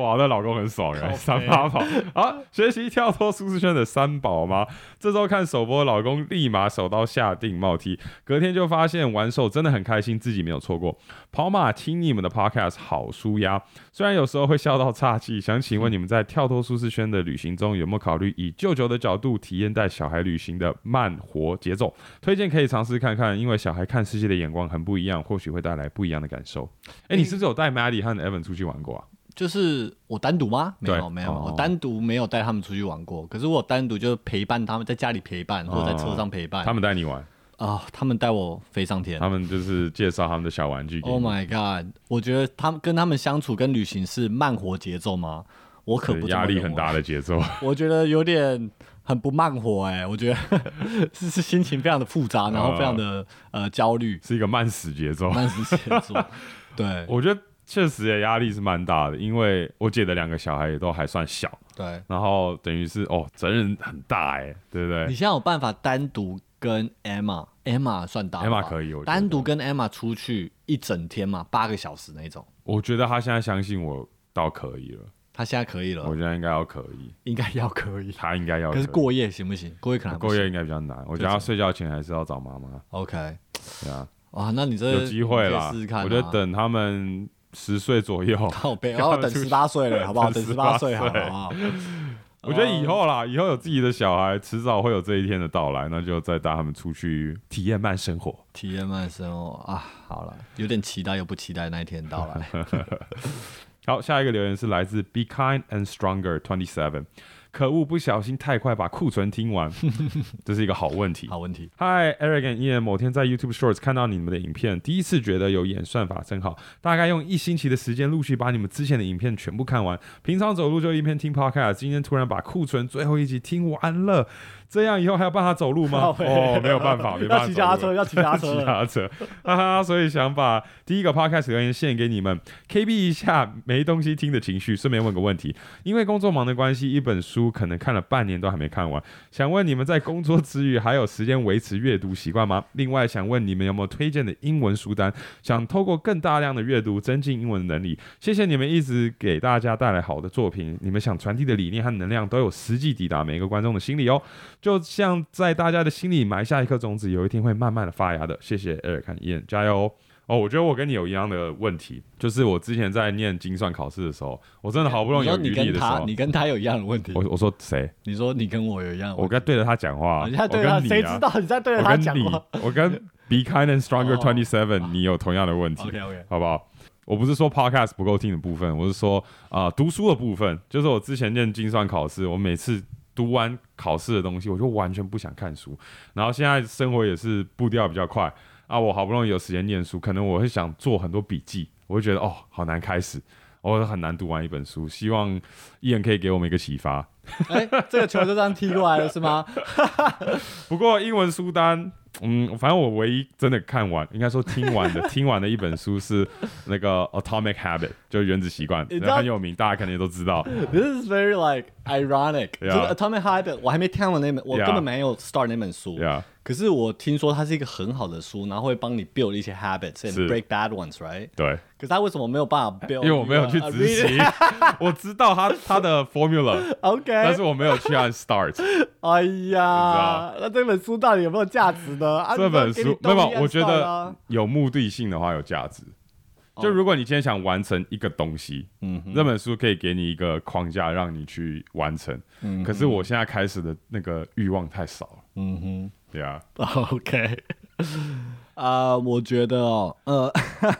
A: 哇，那老公很爽哎，三妈宝，好，学习跳脱舒适圈的三宝妈，这周看首播，老公立马手刀下定帽 T，隔天就发现玩手真的很开心，自己没有错过，跑马听你们的 podcast 好舒压，虽然有时候会笑到岔气，想请问你们在跳脱舒适圈的旅行中，有没有考虑以舅舅的角度体验带小孩旅行的慢活节奏？推荐可以尝试看看，因为小孩看世界的眼光很不一样，或许会带来不一样的感受。哎、
B: 嗯
A: 你是不是有带 Maddie 和 Evan 出去玩过啊？
B: 就是我单独吗？没有
A: 对
B: 没有，
A: 哦
B: 我单独没有带他们出去玩过。可是我单独就陪伴他们，在家里陪伴，或者在车上陪伴。
A: 哦他们带你玩，
B: 啊，他们带我飞上天
A: 他。们就是介绍他们的小玩具给你。
B: Oh my god！我觉得他们跟他们相处跟旅行是慢活节奏吗？我可不这么
A: 压力
B: 认为
A: 很大的节奏，
B: 我觉得有点很不慢活哎、我觉得是是心情非常的复杂，然后非常的
A: 嗯
B: 呃焦虑，
A: 是一个慢死节奏。
B: 慢时节奏。 对
A: 我觉得确实也压力是蛮大的，因为我姐的两个小孩也都还算小，
B: 对，
A: 然后等于是哦，责任很大哎、对不
B: 你
A: 对？
B: 现在有办法单独跟 Emma Emma 算大
A: Emma
B: 吧
A: 可以我觉得
B: 单独跟 Emma 出去一整天嘛，八个小时那种，
A: 我觉得她现在相信我倒可以了，
B: 她现在可以
A: 我
B: 了，
A: 觉得应该要可以，
B: 应该要可以。
A: 她应该要
B: 呃可是
A: 以
B: 过夜行不行？过夜可能还不
A: 过夜
B: 行。
A: 应该比较难，我觉得她睡觉前还是要找妈妈，
B: OK，
A: 对啊，
B: 哇，那你这
A: 有机会
B: 你可以
A: 啦，
B: 试试看、啊。
A: 我觉得等他们十岁左 右，
B: 靠 背，
A: 他
B: 要
A: 们
B: 等
A: 出去
B: 十八岁了，好不好？
A: 等
B: 等十八
A: 18岁
B: 岁好不好？
A: 我觉得以后
B: 哦
A: 啦，以后有自己的小孩，迟早会有这一天的到来，那就再带他们出去体验慢生活。
B: 体验慢生活啊，好了，有点期待又不期待那一天到 来。
A: 好，下一个留言是来自 Be Kind and Stronger Twenty Seven。可恶，不小心太快把库存听 完，这是一个好问题。
B: 好问题，
A: 嗨，Eric and Ian，某天在 YouTube Shorts 看到你们的影片，第一次觉得有演算法真好。大概用一星期的时间，陆续把你们之前的影片全部看完。平常走路就一边听 Podcast，今天突然把库存最后一集听完了，这样以后还有办法走路 吗？哦，没有办法，没办法走路了，
B: 要骑脚
A: 骑他车，哈哈！所以想把第一个 podcast 留言献给你们，KB 一下没东西听的情绪，顺便问个问题，因为工作忙的关系，一本书可能看了半年都还没看完，想问你们在工作之余还有时间维持阅读习惯吗？另外想问你们有没有推荐的英文书单，想透过更大量的阅读增进英文能力。谢谢你们一直给大家带来好的作品，你们想传递的理念和能量都有实际抵达每一个观众的心里哦。就像在大家的心里埋下一颗种子，有一天会慢慢的发芽的。谢谢艾尔看燕，加油哦！哦，我觉得我跟你有一样的问题，就是我之前在念精算考试的时候，我真的好不容易
B: 你说
A: 有
B: 你
A: 余力
B: 跟
A: 的时
B: 他，
A: 候
B: 你，跟他有一样的问题。
A: 我我说谁？
B: 你说你跟我有一样的
A: 我
B: 问题，
A: 该对着他讲话啊，
B: 你现在对
A: 我
B: 他，
A: 跟你啊
B: 谁知道你在对着他
A: 我
B: 讲
A: 跟你
B: 话，
A: 我 跟 Be Kind and Stronger
B: 哦
A: Twenty Seven，你有同样的问题，
B: ？OK OK，
A: 好不好？我不是说 podcast 不够听的部分，我是说啊、读书的部分，就是我之前念精算考试，我每次读完考试的东西，我就完全不想看书。然后现在生活也是步调比较快啊，我好不容易有时间念书，可能我会想做很多笔记，我会觉得哦，好难开始，我很难读完一本书。希望艺人可以给我们一个启发。
B: 哎，这个球就这样踢过来了是吗？
A: 不过英文书单，嗯，反正我唯一真的看完，应该说听完 的，听完的一本书是那个《Atomic Habit》，就是原子习惯，
B: 你知道
A: 很有名，大家肯定都知道。
B: This is very like ironic。就是
A: Yeah.
B: Atomic Habit，我还没看完那本，我
A: Yeah.
B: 根本没有 start 那本书。
A: Yeah.
B: 可是我听说它是一个很好的书，然后会帮你 build 一些 habits and
A: 是
B: break bad ones，right？
A: 对，
B: 可是他为什么没有办法 build？啊
A: 因为我没有去
B: a- a
A: 执
B: reading-
A: 行，我知道他他的 formula，
B: OK，
A: 但是我没有去按 start 道
B: 哎呀，那这本书到底有没有价值呢？啊
A: 这本书。没
B: 那
A: 有，我觉
B: 啊
A: 得有目的性的话有价值。
B: 哦
A: 就如果你今天想完成一个东西，嗯，这本书可以给你一个框架让你去完成。嗯，可是我现在开始的那个欲望太少了。
B: 嗯
A: 对啊，
B: 哼 ，OK，啊、我觉得哦，呃，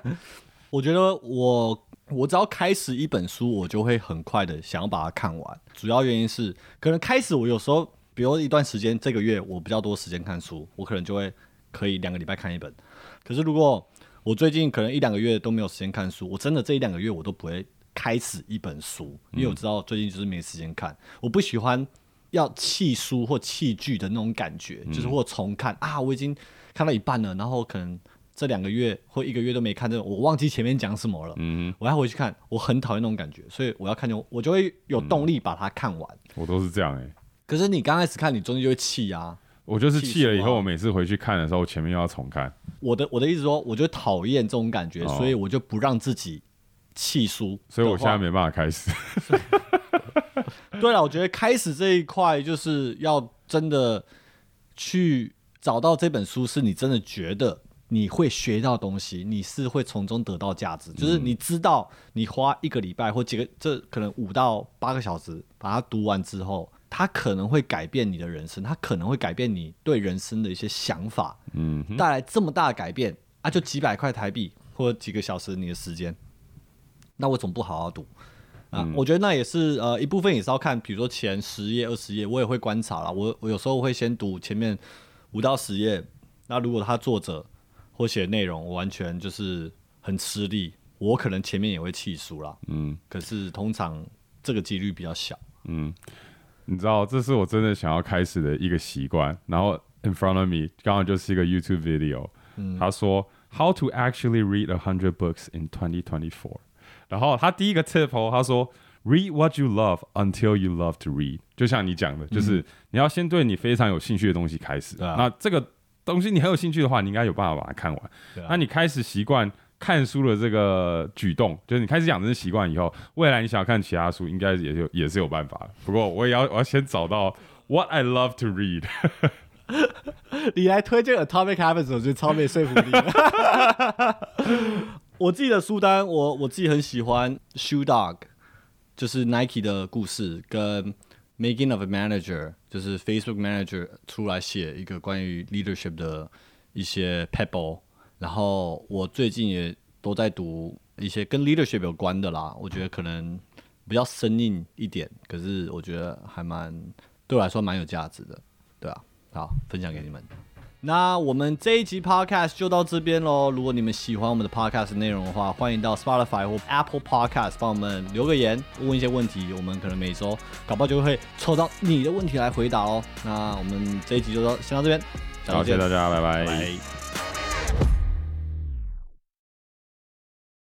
B: 我觉得我我只要开始一本书，我就会很快的想要把它看完。主要原因是，可能开始我有时候，比如一段时间，这个月我比较多时间看书，我可能就会可以两个礼拜看一本。可是如果我最近可能一两个月都没有时间看书，我真的这一两个月我都不会开始一本书，因为我知道最近就是没时间看，我不喜欢要弃书或弃剧的那种感觉，就是或重看啊，我已经看到一半了，然后可能。这两个月或一个月都没看这种，我忘记前面讲什么了，
A: 嗯
B: 我要回去看，我很讨厌那种感觉，所以我要看就我就会有动力把它看完。
A: 哼，我都是这样哎、
B: 可是你刚开始看，你中间就会气啊。
A: 我就是
B: 气
A: 气了以
B: 死
A: 后，
B: 我
A: 我每次回去看的时候，前面又要重看。
B: 我的我的意思说，我就讨厌这种感觉，
A: 哦
B: 所以我就不让自己气输。
A: 所以我现在没办法开始。
B: 对了，我觉得开始这一块就是要真的去找到这本书，是你真的觉得你会学到东西，你是会从中得到价值，
A: 嗯
B: 就是你知道你花一个礼拜或几个，这可能五到八个小时把它读完之后。它可能会改变你的人生，它可能会改变你对人生的一些想法，
A: 嗯哼，
B: 带来这么大的改变啊，就几百块台币或几个小时你的时间，那我总不好好读啊？我觉得那也是呃一部分也是要看，比如说前十页、二十页，我也会观察啦。我我有时候会先读前面五到十页，那如果他作者或写内容我完全就是很吃力，我可能前面也会弃书啦。
A: 嗯
B: 可是通常这个几率比较小。
A: 嗯，你知道，这是我真的想要开始的一个习惯。然后 in front of me 刚好就是一个 YouTube video，、他
B: 嗯
A: 说 How to actually read a hundred books in 2024。然后他第一个 tip 哦，他说 Read what you love until you love to read。就像你讲的，就是你要先对你非常有兴趣的东西开始。
B: 嗯对啊
A: 那这个东西你很有兴趣的话，你应该有办法把它看完。
B: 对啊
A: 那你开始习惯看书的这个举动，就是你开始养成习惯以后，未来你想要看其他书，应该也就也是有办法的。不过我也要我要先找到 what I love to read。
B: 你来推荐 Atomic Habits，我觉得超没说服力的。 我自己的书单，我我自己很喜欢《Shoe Dog》，就是 Nike 的故事，跟《Making of a Manager》，就是 Facebook Manager 出来写一个关于 leadership 的一些 pebble。然后我最近也都在读一些跟 leadership 有关的啦，我觉得可能比较生硬一点，可是我觉得还蛮对我来说蛮有价值的，对啊，好，分享给你们。那我们这一集 podcast 就到这边喽。如果你们喜欢我们的 podcast 内容的话，欢迎到 Spotify 或 Apple Podcast 帮我们留个言，问一些问题，我们可能每周搞不好就会抽到你的问题来回答哦。那我们这一集就到先到这边，下
A: 好，
B: 周
A: 谢谢大
B: 见，
A: 家，拜
B: 拜。